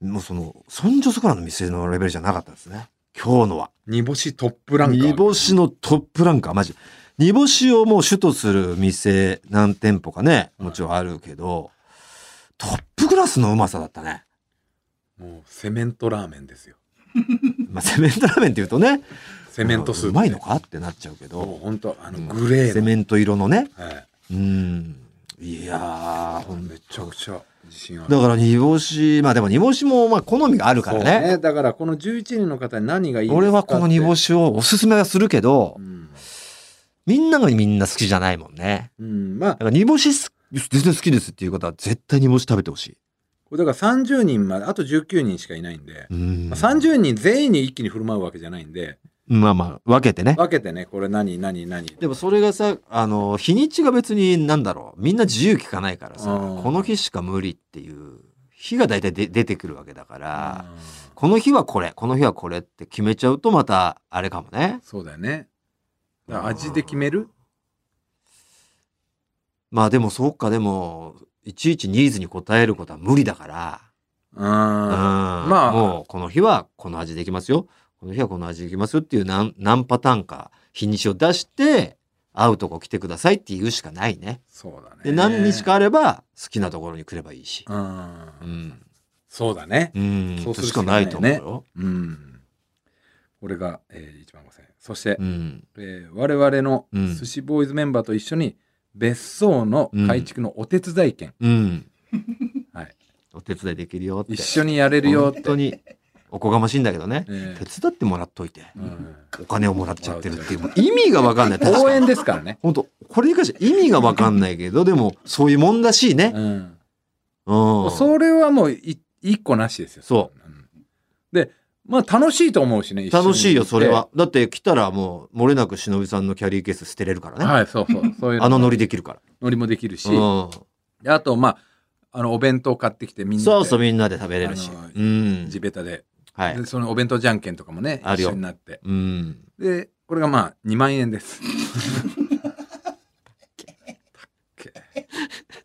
[SPEAKER 1] もうその、そんじょそこらの店のレベルじゃなかったですね。今日のは。
[SPEAKER 2] 煮干しトップランカー
[SPEAKER 1] 煮干しのトップランカー、マジ。煮干しをもう主とする店、何店舗かね、もちろんあるけど、トップクラスのうまさだったね。
[SPEAKER 2] もうセメントラーメンですよ
[SPEAKER 1] まあ、セメントラーメンって言うとね、
[SPEAKER 2] セメントスープ
[SPEAKER 1] うまいのかってなっちゃうけ
[SPEAKER 2] もう
[SPEAKER 1] ど、
[SPEAKER 2] 本当あのグレー
[SPEAKER 1] セ
[SPEAKER 2] の、
[SPEAKER 1] メント色のね、
[SPEAKER 2] はい、
[SPEAKER 1] うん。いやー、ほん
[SPEAKER 2] めちゃくちゃ自信ある
[SPEAKER 1] だから煮干し、まあでも煮干しもまあ好みがあるから
[SPEAKER 2] そう
[SPEAKER 1] ね。
[SPEAKER 2] だからこの11人の方に何がいいですか
[SPEAKER 1] 俺はこの煮干
[SPEAKER 2] し、
[SPEAKER 1] しをおすすめはするけど
[SPEAKER 2] う、ん
[SPEAKER 1] みんながみんな好きじゃないもんね。
[SPEAKER 2] うん、まあ
[SPEAKER 1] だから煮干しす全然好きですっていう方は絶対煮干し食べてほしい。
[SPEAKER 2] これだから30人まであと19人しかいないんで、
[SPEAKER 1] うん。
[SPEAKER 2] まあ、30人全員に一気に振る舞うわけじゃないんで
[SPEAKER 1] まあまあ、分けてね。
[SPEAKER 2] 分けてねこれ何何何
[SPEAKER 1] でもそれがさ、あの、日にちが別になんだろう。みんな自由聞かないからさ、
[SPEAKER 2] うん
[SPEAKER 1] この日しか無理っていう日が大体で出てくるわけだから、
[SPEAKER 2] うん
[SPEAKER 1] この日はこれこの日はこれって決めちゃうとまたあれかもね
[SPEAKER 2] そうだよね。だから味で決める
[SPEAKER 1] まあでもそうかでもいちいちニーズに応えることは無理だから、
[SPEAKER 2] うん。
[SPEAKER 1] うん
[SPEAKER 2] ま
[SPEAKER 1] ま
[SPEAKER 2] あ
[SPEAKER 1] あもうこの日はこの味でいきますよこの日はこの味でいきますよっていう何何パターンか日にちを出して会うとこ来てくださいって言うしかないね。
[SPEAKER 2] そうだね。
[SPEAKER 1] で何日。かあれば好きなところに来ればいいし。
[SPEAKER 2] う。
[SPEAKER 1] うんん
[SPEAKER 2] そうだね。
[SPEAKER 1] うん、
[SPEAKER 2] そうする
[SPEAKER 1] しかないと思うよ。
[SPEAKER 2] うん。これが、えー、1万5000円。そして、
[SPEAKER 1] うん、
[SPEAKER 2] えー我々の
[SPEAKER 1] うん
[SPEAKER 2] 寿司ボーイズメンバーと一緒に別荘の改築のお手伝い券、
[SPEAKER 1] うん、
[SPEAKER 2] はい、
[SPEAKER 1] お手伝いできるよって。
[SPEAKER 2] 一緒にやれるよっ
[SPEAKER 1] 本
[SPEAKER 2] て。
[SPEAKER 1] 当におこがましいんだけどね。
[SPEAKER 2] え
[SPEAKER 1] 手伝ってもらっといて、
[SPEAKER 2] ーうん
[SPEAKER 1] お金をもらっちゃってるっていう、もう意味がわかんない。確
[SPEAKER 2] 応
[SPEAKER 1] かに
[SPEAKER 2] 援ですからね。
[SPEAKER 1] 本当これに関して意味がわかんないけど、でも、そういうもんらしいね。
[SPEAKER 2] うん、
[SPEAKER 1] うん。
[SPEAKER 2] それはもうい一個なしですよ。
[SPEAKER 1] そ
[SPEAKER 2] うんで、まあ楽しいと思うしね、一緒に
[SPEAKER 1] 楽しいよ、それは。だって来たらもう、漏れなく忍さんのキャリーケース捨てれるから
[SPEAKER 2] で。
[SPEAKER 1] ね。
[SPEAKER 2] はい、そう そう。そういう
[SPEAKER 1] あのノ
[SPEAKER 2] り
[SPEAKER 1] リできるから。
[SPEAKER 2] ノリもできるし、
[SPEAKER 1] うん。
[SPEAKER 2] であと、まあ、あの、お弁当買ってきてみんなで。
[SPEAKER 1] そうそう、みんなで食べれるし
[SPEAKER 2] あの。
[SPEAKER 1] うん
[SPEAKER 2] 地。べたで。
[SPEAKER 1] はい
[SPEAKER 2] で。そのお弁当じゃんけんとかもね、
[SPEAKER 1] ある
[SPEAKER 2] 一
[SPEAKER 1] よ
[SPEAKER 2] 緒になって。
[SPEAKER 1] うん。
[SPEAKER 2] で、これがまあ、2万円です。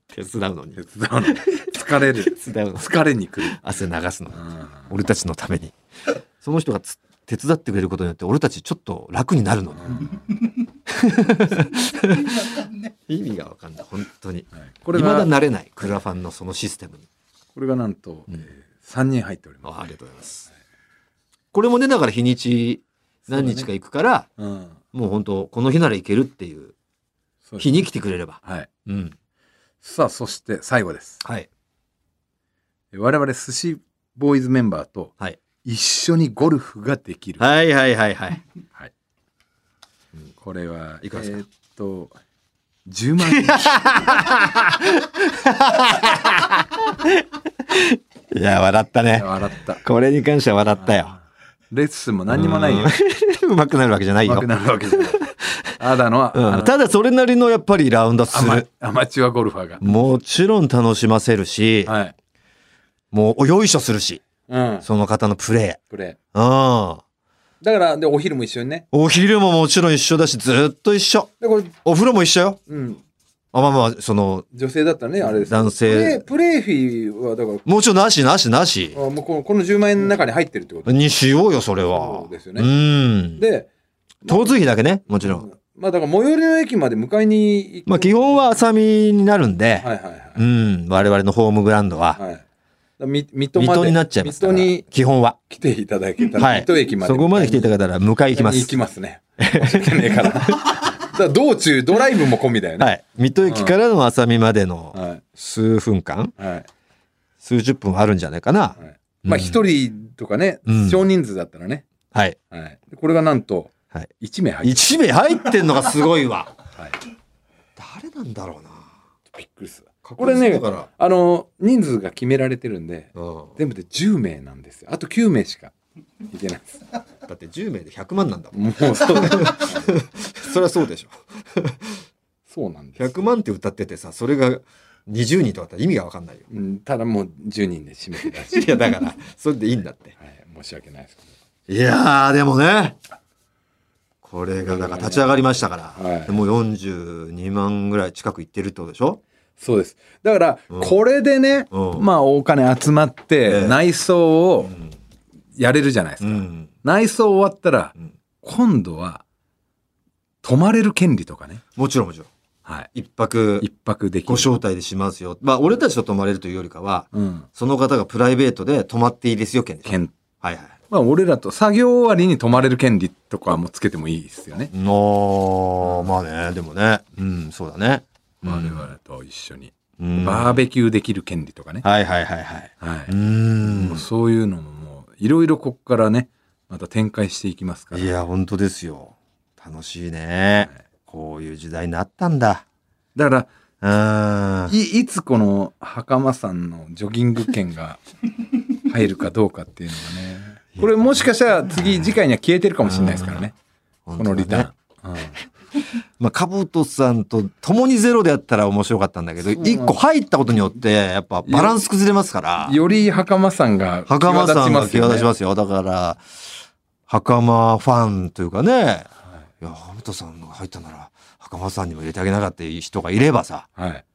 [SPEAKER 1] 手伝うのに
[SPEAKER 2] 手。伝う の。疲れる。
[SPEAKER 1] 手伝うの。
[SPEAKER 2] 疲れに来る。
[SPEAKER 1] 汗流すの
[SPEAKER 2] う。ん
[SPEAKER 1] 俺たちのために。その人がつ手伝ってくれることによって、俺たちちょっと楽になるのね。意味がわかんない、本当に。
[SPEAKER 2] はいこ
[SPEAKER 1] こ
[SPEAKER 2] れ
[SPEAKER 1] れまだ
[SPEAKER 2] が、
[SPEAKER 1] 慣れない、クラファンのそのシステムに。
[SPEAKER 2] これがなんと、
[SPEAKER 1] うん
[SPEAKER 2] え3人入っております。
[SPEAKER 1] あありがとうございます。これもね、だから日にち何日か行くから、
[SPEAKER 2] うん。
[SPEAKER 1] もう本当この日なら行けるっていう、
[SPEAKER 2] そうです
[SPEAKER 1] 日に来てくれれば。
[SPEAKER 2] はい。
[SPEAKER 1] うん。
[SPEAKER 2] さあ、そして最後です。
[SPEAKER 1] はい。
[SPEAKER 2] 我々寿司ボーイズメンバーと
[SPEAKER 1] はい。
[SPEAKER 2] 一緒にゴルフができる。
[SPEAKER 1] はいはいはいはい。
[SPEAKER 2] これは、
[SPEAKER 1] いくらですか
[SPEAKER 2] えーっと、10万円。
[SPEAKER 1] いや、笑ったね。
[SPEAKER 2] 笑った。
[SPEAKER 1] これに関しては笑ったよ。
[SPEAKER 2] レッスンも何にもないよ。
[SPEAKER 1] うん。 うまくなるわけじゃないう
[SPEAKER 2] ま
[SPEAKER 1] よ
[SPEAKER 2] く。なるわけじゃない。あだのは、あ
[SPEAKER 1] う
[SPEAKER 2] の
[SPEAKER 1] ん、ただそれなりのやっぱりラウンドす
[SPEAKER 2] アマ
[SPEAKER 1] る。
[SPEAKER 2] アマチュアゴルファーが。
[SPEAKER 1] もちろん楽しませるし、
[SPEAKER 2] はい。
[SPEAKER 1] もうおよいしょするし、
[SPEAKER 2] うん。
[SPEAKER 1] その方のプレ
[SPEAKER 2] これ。
[SPEAKER 1] ー。うん。
[SPEAKER 2] だから、で、お昼も一緒にね。
[SPEAKER 1] お昼ももちろん一緒だし、ずっと一緒。
[SPEAKER 2] で、これ、
[SPEAKER 1] お風呂も一緒よ。
[SPEAKER 2] うん。
[SPEAKER 1] あ、まあまあ、その、
[SPEAKER 2] 女性だったらね、あれです。
[SPEAKER 1] 男
[SPEAKER 2] プレ
[SPEAKER 1] 性
[SPEAKER 2] イ、プレイフィーは、だか
[SPEAKER 1] もうちょいなしなしなし
[SPEAKER 2] ら、あもうこのこの10万円の中に入ってるってこと。
[SPEAKER 1] にしようよそれは
[SPEAKER 2] そうですよね
[SPEAKER 1] ん
[SPEAKER 2] で、
[SPEAKER 1] 交通費だけねもちろん
[SPEAKER 2] まあ、だから、最寄りの駅まで迎えに行く
[SPEAKER 1] まあ基本は浅見になるんで、
[SPEAKER 2] はいはいはい。
[SPEAKER 1] うん我々のホームグラウンドは、
[SPEAKER 2] はい。だからみ水戸ま
[SPEAKER 1] 水
[SPEAKER 2] で
[SPEAKER 1] 戸になっちゃいますか
[SPEAKER 2] 水
[SPEAKER 1] ら
[SPEAKER 2] 戸に
[SPEAKER 1] 基本は
[SPEAKER 2] 来ていただけたら、
[SPEAKER 1] はい
[SPEAKER 2] 水戸駅まで。
[SPEAKER 1] そこまで来ていただけたら迎え行きま
[SPEAKER 2] 行
[SPEAKER 1] す
[SPEAKER 2] きますね。申し訳ねえから。 だから道中、ドライブも込みだよね。
[SPEAKER 1] はい水戸駅からの浅見までの
[SPEAKER 2] は
[SPEAKER 1] 数分間
[SPEAKER 2] い。はい。
[SPEAKER 1] 数十分はあるんじゃないかな
[SPEAKER 2] はいまあ、
[SPEAKER 1] うん
[SPEAKER 2] 一人とかね、
[SPEAKER 1] うん
[SPEAKER 2] 少人数だったらね。
[SPEAKER 1] はい
[SPEAKER 2] はい。でこれがなんと、
[SPEAKER 1] はい
[SPEAKER 2] 1名入って
[SPEAKER 1] 1名入ってんのがすごいわ
[SPEAKER 2] る。 はい。
[SPEAKER 1] 誰なんだろうな
[SPEAKER 2] びっくりする。これね
[SPEAKER 1] だ、から
[SPEAKER 2] あの、人数が決められてるんで、
[SPEAKER 1] うん
[SPEAKER 2] 全部で10名なんですよ。あと9名しかいけないです。
[SPEAKER 1] だって10名で100万なんだ もん
[SPEAKER 2] もう そう、
[SPEAKER 1] そりゃそうでしょ
[SPEAKER 2] そうなんです。
[SPEAKER 1] 100万って歌っててさそれが20人とかだったら意味が分かんないよ
[SPEAKER 2] うん、ただもう10人で締めてたし。
[SPEAKER 1] いやだからそれでいいんだって
[SPEAKER 2] はい、申し訳ないですけど。
[SPEAKER 1] いやーでもねこれがだから立ち上がりましたから、
[SPEAKER 2] はい
[SPEAKER 1] もう42万ぐらい近くいってるってことでしょ
[SPEAKER 2] そうです。だから、
[SPEAKER 1] うん
[SPEAKER 2] これでね、
[SPEAKER 1] うん
[SPEAKER 2] まあお金集まっ
[SPEAKER 1] え
[SPEAKER 2] て
[SPEAKER 1] え
[SPEAKER 2] 内装
[SPEAKER 1] う
[SPEAKER 2] を
[SPEAKER 1] ん、
[SPEAKER 2] やれるじゃないです
[SPEAKER 1] う
[SPEAKER 2] か。
[SPEAKER 1] ん
[SPEAKER 2] 内装終わったら、
[SPEAKER 1] うん
[SPEAKER 2] 今度は泊まれる権利とかね。
[SPEAKER 1] もちろんもちろん
[SPEAKER 2] はい。
[SPEAKER 1] 一泊
[SPEAKER 2] 一泊できる。
[SPEAKER 1] ご招待でしますよまあ俺たちと泊まれるというよりかは
[SPEAKER 2] うん。
[SPEAKER 1] その方がプライベートで泊まっていいですよ券でしょ
[SPEAKER 2] 権
[SPEAKER 1] はいはい
[SPEAKER 2] まあ俺らと作業終わりに泊まれる権利とかもつけてもいいですよね。
[SPEAKER 1] のまあねでもねうんそうだね
[SPEAKER 2] 我々と一緒に。
[SPEAKER 1] うん
[SPEAKER 2] バー
[SPEAKER 1] は
[SPEAKER 2] ベキューできる権利とかね
[SPEAKER 1] い。はいはいはい
[SPEAKER 2] はい。
[SPEAKER 1] うん
[SPEAKER 2] もうそういうのももういろいろここからね、また展開していきますから。
[SPEAKER 1] いや、本当ですよ。楽しいね。こういう時代になったんだ。
[SPEAKER 2] だから、
[SPEAKER 1] うーん。
[SPEAKER 2] いいつこの袴さんのジョギング券が入るかどうかっていうのがねこれもしかしたら次次回には消えてるかもしれないですからねこのリターン、うん
[SPEAKER 1] まあ、かぶとさんと共にゼロでやったら面白かったんだけど、
[SPEAKER 2] そうなんです
[SPEAKER 1] 一個入ったことによって、やっぱバランス崩れますから、
[SPEAKER 2] より袴さんが
[SPEAKER 1] 袴さんが際立ち
[SPEAKER 2] すよね
[SPEAKER 1] ますよ。だから、袴ファンというかね、いや、かぶとさんが入ったなら、袴さんにも入れてあげなかったっていう人がいればさ、
[SPEAKER 2] はい。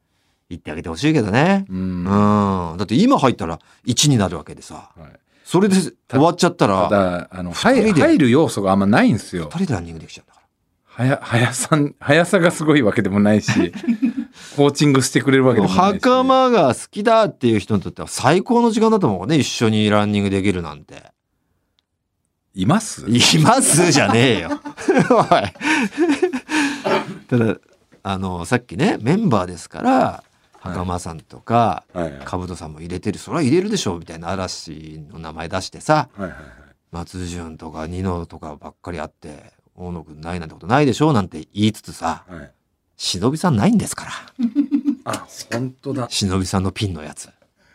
[SPEAKER 1] 言ってあげてほしいけどね。
[SPEAKER 2] う
[SPEAKER 1] うんん。
[SPEAKER 2] は
[SPEAKER 1] だって今入ったら1になるわけでさ、
[SPEAKER 2] い
[SPEAKER 1] それで終わっちゃった
[SPEAKER 2] た
[SPEAKER 1] ら、
[SPEAKER 2] だ、あの、
[SPEAKER 1] 二人
[SPEAKER 2] 入
[SPEAKER 1] で
[SPEAKER 2] 入る要素があんまないんですよ
[SPEAKER 1] 2。人でランニングできちゃうんだから。
[SPEAKER 2] はや、速さん、速さがすごいわけでもな いし、コーチングしてくれるわけでもないし。
[SPEAKER 1] 袴が好きだっていう人にとっては最高の時間だと思うね。一緒にランニングできるなんて。
[SPEAKER 2] います
[SPEAKER 1] いますじゃねえよ。 おい。ただ、あの、さっきね、メンバーですから、袴さんとか、
[SPEAKER 2] はいはい。
[SPEAKER 1] かぶとさんも入れてる、それは入れるでしょうみたいな嵐の名前出してさ、
[SPEAKER 2] はいはいはい。
[SPEAKER 1] 松潤とかニノとかばっかりあって、大野くんないなんてことないでしょうなんて言いつつさ、
[SPEAKER 2] はい、
[SPEAKER 1] 忍さんないんですから。
[SPEAKER 2] あ、本当だ。
[SPEAKER 1] 忍さんのピンのやつ。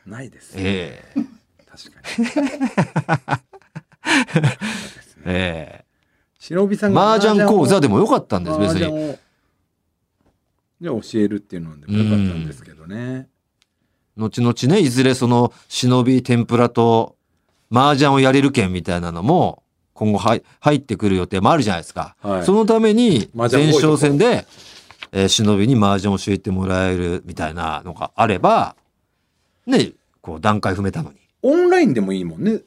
[SPEAKER 2] ないです。
[SPEAKER 1] ええ
[SPEAKER 2] 確かに。そうですね
[SPEAKER 1] ええ
[SPEAKER 2] 忍びさんが
[SPEAKER 1] 麻雀講座
[SPEAKER 2] で
[SPEAKER 1] でもよかったんです、別に。
[SPEAKER 2] に。じゃあ教えるっていうのでもよかったんですけどね。
[SPEAKER 1] 後々ね、いずれその、忍び天ぷらと、麻雀をやれる券みたいなのも、今後はい入ってくる予定もあるじゃないですか。
[SPEAKER 2] はい
[SPEAKER 1] そのために、前
[SPEAKER 2] 麻雀多いとこ
[SPEAKER 1] 哨戦で、えー忍びに麻雀を教えてもらえるみたいなのがあれば、ね、こう段階踏めたのに。
[SPEAKER 2] オンラインでもいいもんね。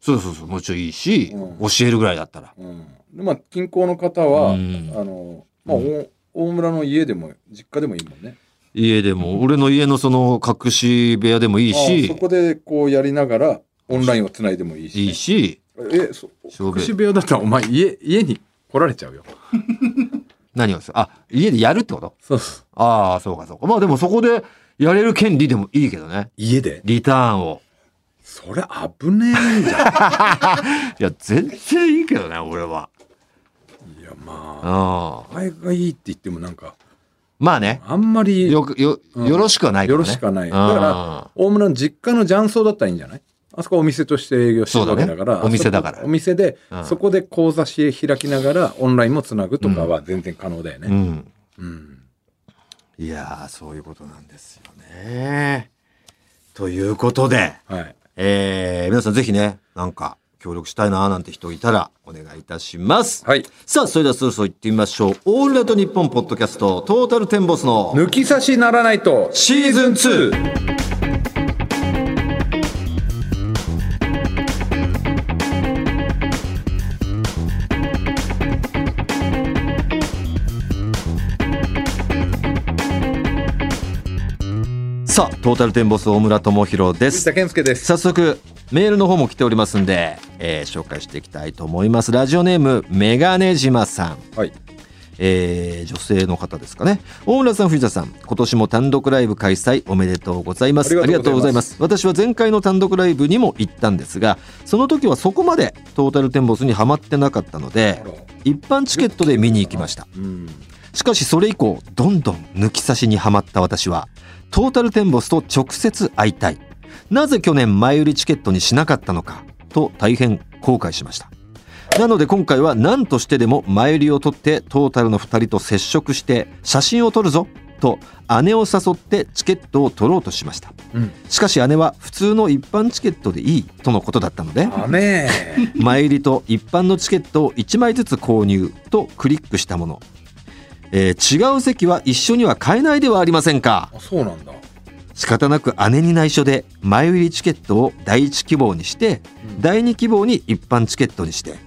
[SPEAKER 1] そうそうそう、もうちょいいいし、
[SPEAKER 2] うん
[SPEAKER 1] 教えるぐらいだったら。
[SPEAKER 2] うん、でまあ近郊の方は、
[SPEAKER 1] うん
[SPEAKER 2] あのまあ、
[SPEAKER 1] う
[SPEAKER 2] お大村の家でも実家でもいいもんね
[SPEAKER 1] 家でも、俺の家のその隠し部屋でもいい
[SPEAKER 2] あそ
[SPEAKER 1] し、
[SPEAKER 2] こでこうやりながらオンラインをつないでもいいし、
[SPEAKER 1] いいし、
[SPEAKER 2] えそ
[SPEAKER 1] 勝負
[SPEAKER 2] 福祉部屋だったらお前家家に来られちゃうよ
[SPEAKER 1] 何をするあ、家でやるってこと
[SPEAKER 2] そうそう
[SPEAKER 1] ああ、そうかそうか。まあでもそこでやれる権利でもいいけどね。
[SPEAKER 2] 家で
[SPEAKER 1] リターンを。
[SPEAKER 2] それ危ねえんじゃん
[SPEAKER 1] いや、全然いいけどね、俺は。
[SPEAKER 2] いやまあ
[SPEAKER 1] う
[SPEAKER 2] お前がいいって言ってもなんか
[SPEAKER 1] ん。まあね。
[SPEAKER 2] あんまり
[SPEAKER 1] よく、よ、
[SPEAKER 2] うん
[SPEAKER 1] よろしくはないからね。
[SPEAKER 2] よろしくはない
[SPEAKER 1] うん
[SPEAKER 2] だか大村の実家の雀荘だったらいいんじゃないあそこはお店として営業してるわけだから
[SPEAKER 1] そうだねお店だから
[SPEAKER 2] あそこお店で、
[SPEAKER 1] うん
[SPEAKER 2] そこで講座し開きながらオンラインもつなぐとかは全然可能だよ
[SPEAKER 1] う
[SPEAKER 2] ね、
[SPEAKER 1] ん。
[SPEAKER 2] うん
[SPEAKER 1] いやー、そういうことなんですよね。ということで、
[SPEAKER 2] はい
[SPEAKER 1] えー、皆さんぜひね、なんか協力したいなーなんて人いたらお願いいたします。
[SPEAKER 2] はい
[SPEAKER 1] さあ、それではそろそろ行ってみましょう。オールナイトニッポンポッドキャスト、トータルテンボスの
[SPEAKER 2] 抜き差しならないと
[SPEAKER 1] シーズン 2! さあ、トータルテンボス大村智弘で
[SPEAKER 2] 藤
[SPEAKER 1] す
[SPEAKER 2] 田。健介です
[SPEAKER 1] 早速、メールの方も来ておりますんで、えー紹介していきたいと思います。ラジオネーム、メガネ島さん。
[SPEAKER 2] はい
[SPEAKER 1] えー女性の方ですかね大村さん藤田さん今年も単独ライブ開催おめでとうございます
[SPEAKER 2] あ
[SPEAKER 1] あり
[SPEAKER 2] り
[SPEAKER 1] が
[SPEAKER 2] が
[SPEAKER 1] と
[SPEAKER 2] と
[SPEAKER 1] うご
[SPEAKER 2] うご
[SPEAKER 1] ざ
[SPEAKER 2] ざ
[SPEAKER 1] い
[SPEAKER 2] い
[SPEAKER 1] ま
[SPEAKER 2] ます
[SPEAKER 1] 私は前回の単独ライブにも行ったんですがその時はそこまでトータルテンボスにはまってなかったので
[SPEAKER 2] あら
[SPEAKER 1] 一般チケットで見に行きました
[SPEAKER 2] うん
[SPEAKER 1] しかしそれ以降どんどん抜き差しにはまった私はトータルテンボスと直接会いたいなぜ去年前売りチケットにしなかったのかと大変後悔しましたなので今回は何としてでも前売りを取ってトータルの2人と接触して写真を撮るぞと姉を誘ってチケットを取ろうとしました
[SPEAKER 2] うん
[SPEAKER 1] しかし姉は普通の一般チケットでいいとのことだったので
[SPEAKER 2] あね え
[SPEAKER 1] 前売りと一般のチケットを1枚ずつ購入とクリックしたもの、えー違う席は一緒には買えないではありませんか
[SPEAKER 2] あそうなんだ、
[SPEAKER 1] 仕方なく姉に内緒で前売りチケットを第1希望にして
[SPEAKER 2] うん
[SPEAKER 1] 第2希望に一般チケットにして
[SPEAKER 2] うん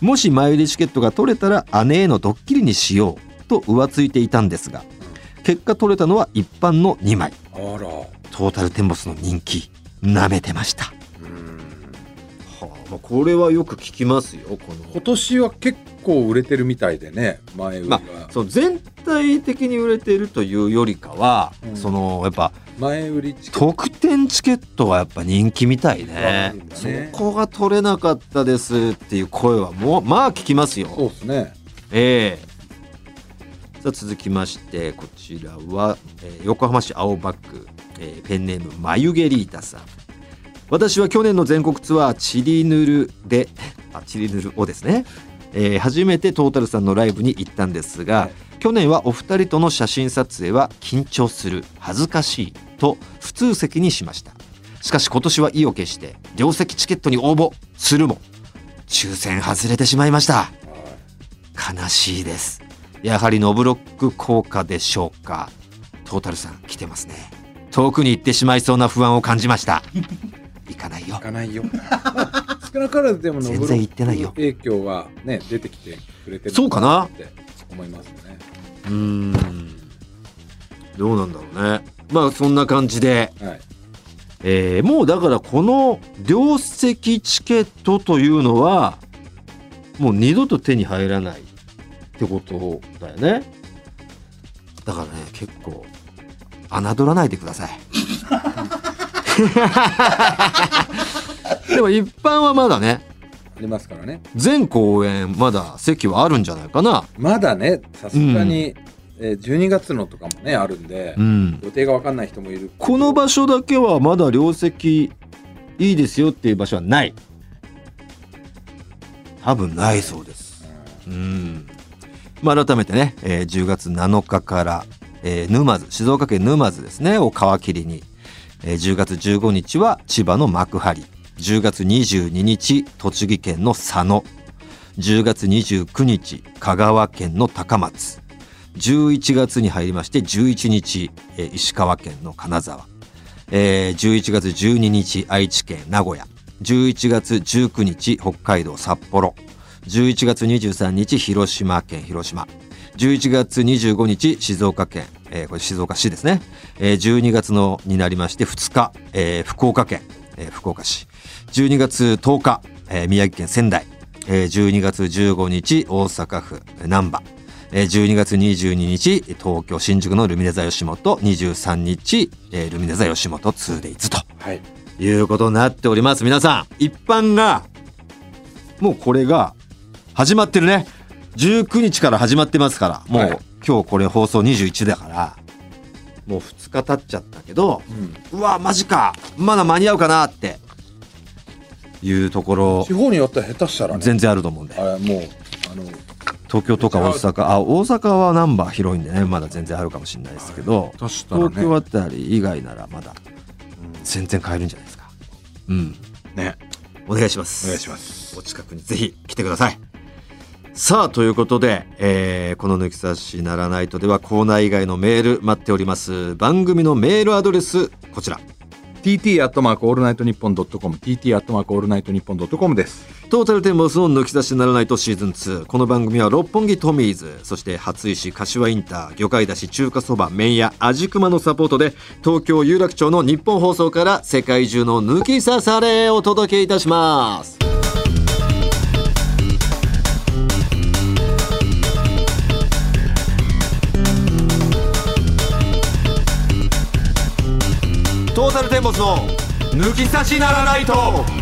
[SPEAKER 1] もし前売りチケットが取れたら姉へのドッキリにしようと浮ついていたんですが結果取れたのは一般の2枚
[SPEAKER 2] あら
[SPEAKER 1] トータルテンボスの人気舐めてました、
[SPEAKER 2] うん
[SPEAKER 1] まあ、これはよく聞きますよこの
[SPEAKER 2] 今年は結構売れてるみたいでね前売りが、
[SPEAKER 1] まそう全体的に売れているというよりかは、
[SPEAKER 2] うん
[SPEAKER 1] そのやっぱ
[SPEAKER 2] 前売りチケット
[SPEAKER 1] 特典チケットはやっぱ人気みたいね
[SPEAKER 2] 人気があるんだね
[SPEAKER 1] そこが取れなかったですっていう声はもうまあ聞きますよ
[SPEAKER 2] そうですね
[SPEAKER 1] ええさあ続きましてこちらは、えー横浜市青葉区、えーペンネーム眉毛リータさん 私は去年の全国ツアーチリヌルであチリヌルをですねえー初めてトータルさんのライブに行ったんですが、
[SPEAKER 2] はい
[SPEAKER 1] 去年はお二人との写真撮影は緊張する恥ずかしいと普通席にしましたしかし今年は意を決して両席チケットに応募するも抽選外れてしまいました悲しいですやはりノブロック効果でしょうかトータルさん来てますね遠くに行ってしまいそうな不安を感じました 行かないよ
[SPEAKER 2] 行かないよ 少なからずでもノブロ
[SPEAKER 1] 全然行ってないよ
[SPEAKER 2] 影響はね出てきてくれてる
[SPEAKER 1] そうかな
[SPEAKER 2] って思いますね
[SPEAKER 1] うーんどうなんだろうねまあそんな感じで、
[SPEAKER 2] はい
[SPEAKER 1] えーもうだからこの両席チケットというのはもう二度と手に入らないってことだよねだからね結構侮らないでくださいでも一般はまだね
[SPEAKER 2] ありますからね
[SPEAKER 1] 全公演まだ席はあるんじゃないかな
[SPEAKER 2] まだねさすがに、えー12月のとかもねあるんで、
[SPEAKER 1] うん
[SPEAKER 2] 予定が分かんない人もいる
[SPEAKER 1] この場所だけはまだ両席いいですよっていう場所はない多分ないそうですうん、まあ、改めてね、えー10月7日から、えー沼津静岡県沼津ですねを皮切りに、えー10月15日は千葉の幕張10月22日栃木県の佐野10月29日香川県の高松11月に入りまして11日、えー石川県の金沢、えー11月12日愛知県名古屋11月19日北海道札幌11月23日広島県広島11月25日静岡県、えーこれ静岡市ですね、えー12月のになりまして2日、えー福岡県、えー福岡市12月10日、えー宮城県仙台、えー12月15日大阪府難波えー12月22日、東京、新宿のルミネ座吉本、23日、えールミネ座吉本 2days と
[SPEAKER 2] はい
[SPEAKER 1] いうことになっております。皆さん、一般が、もうこれが始まってるね。19日から始まってますから、もう、
[SPEAKER 2] はい
[SPEAKER 1] 今日これ放送21だから、もう2日経っちゃったけど、
[SPEAKER 2] うん
[SPEAKER 1] うわ、マジか、まだ間に合うかなって、いうところ
[SPEAKER 2] 地、方によっては下手したらね
[SPEAKER 1] 全然あると思うんで。
[SPEAKER 2] あれもうあの
[SPEAKER 1] 東京とか大阪あ大阪はナンバー広いんでねまだ全然あるかもしれないですけど、
[SPEAKER 2] 下手したら
[SPEAKER 1] 東京
[SPEAKER 2] ね
[SPEAKER 1] あたり以外ならまだ、うん全然買えるんじゃないですかうん
[SPEAKER 2] ね
[SPEAKER 1] お願いします
[SPEAKER 2] お願いします
[SPEAKER 1] お近くにぜひ来てくださいさあということで、えーこの「抜き差しならないと」ではコーナー以外のメール待っております番組のメールアドレスこちら
[SPEAKER 2] TT アットマークオールナイトニッポンドットコム TT アットマークオールナイトニッポンドットコムです
[SPEAKER 1] トータルテンボスの抜き差しならないとシーズン2。この番組は六本木トミーズ、そして初石、柏インター、魚介だし、中華そば、麺屋、味熊のサポートで、東京有楽町の日本放送から世界中の抜き差されをお届けいたします。トータルテンボスの抜き差しならないと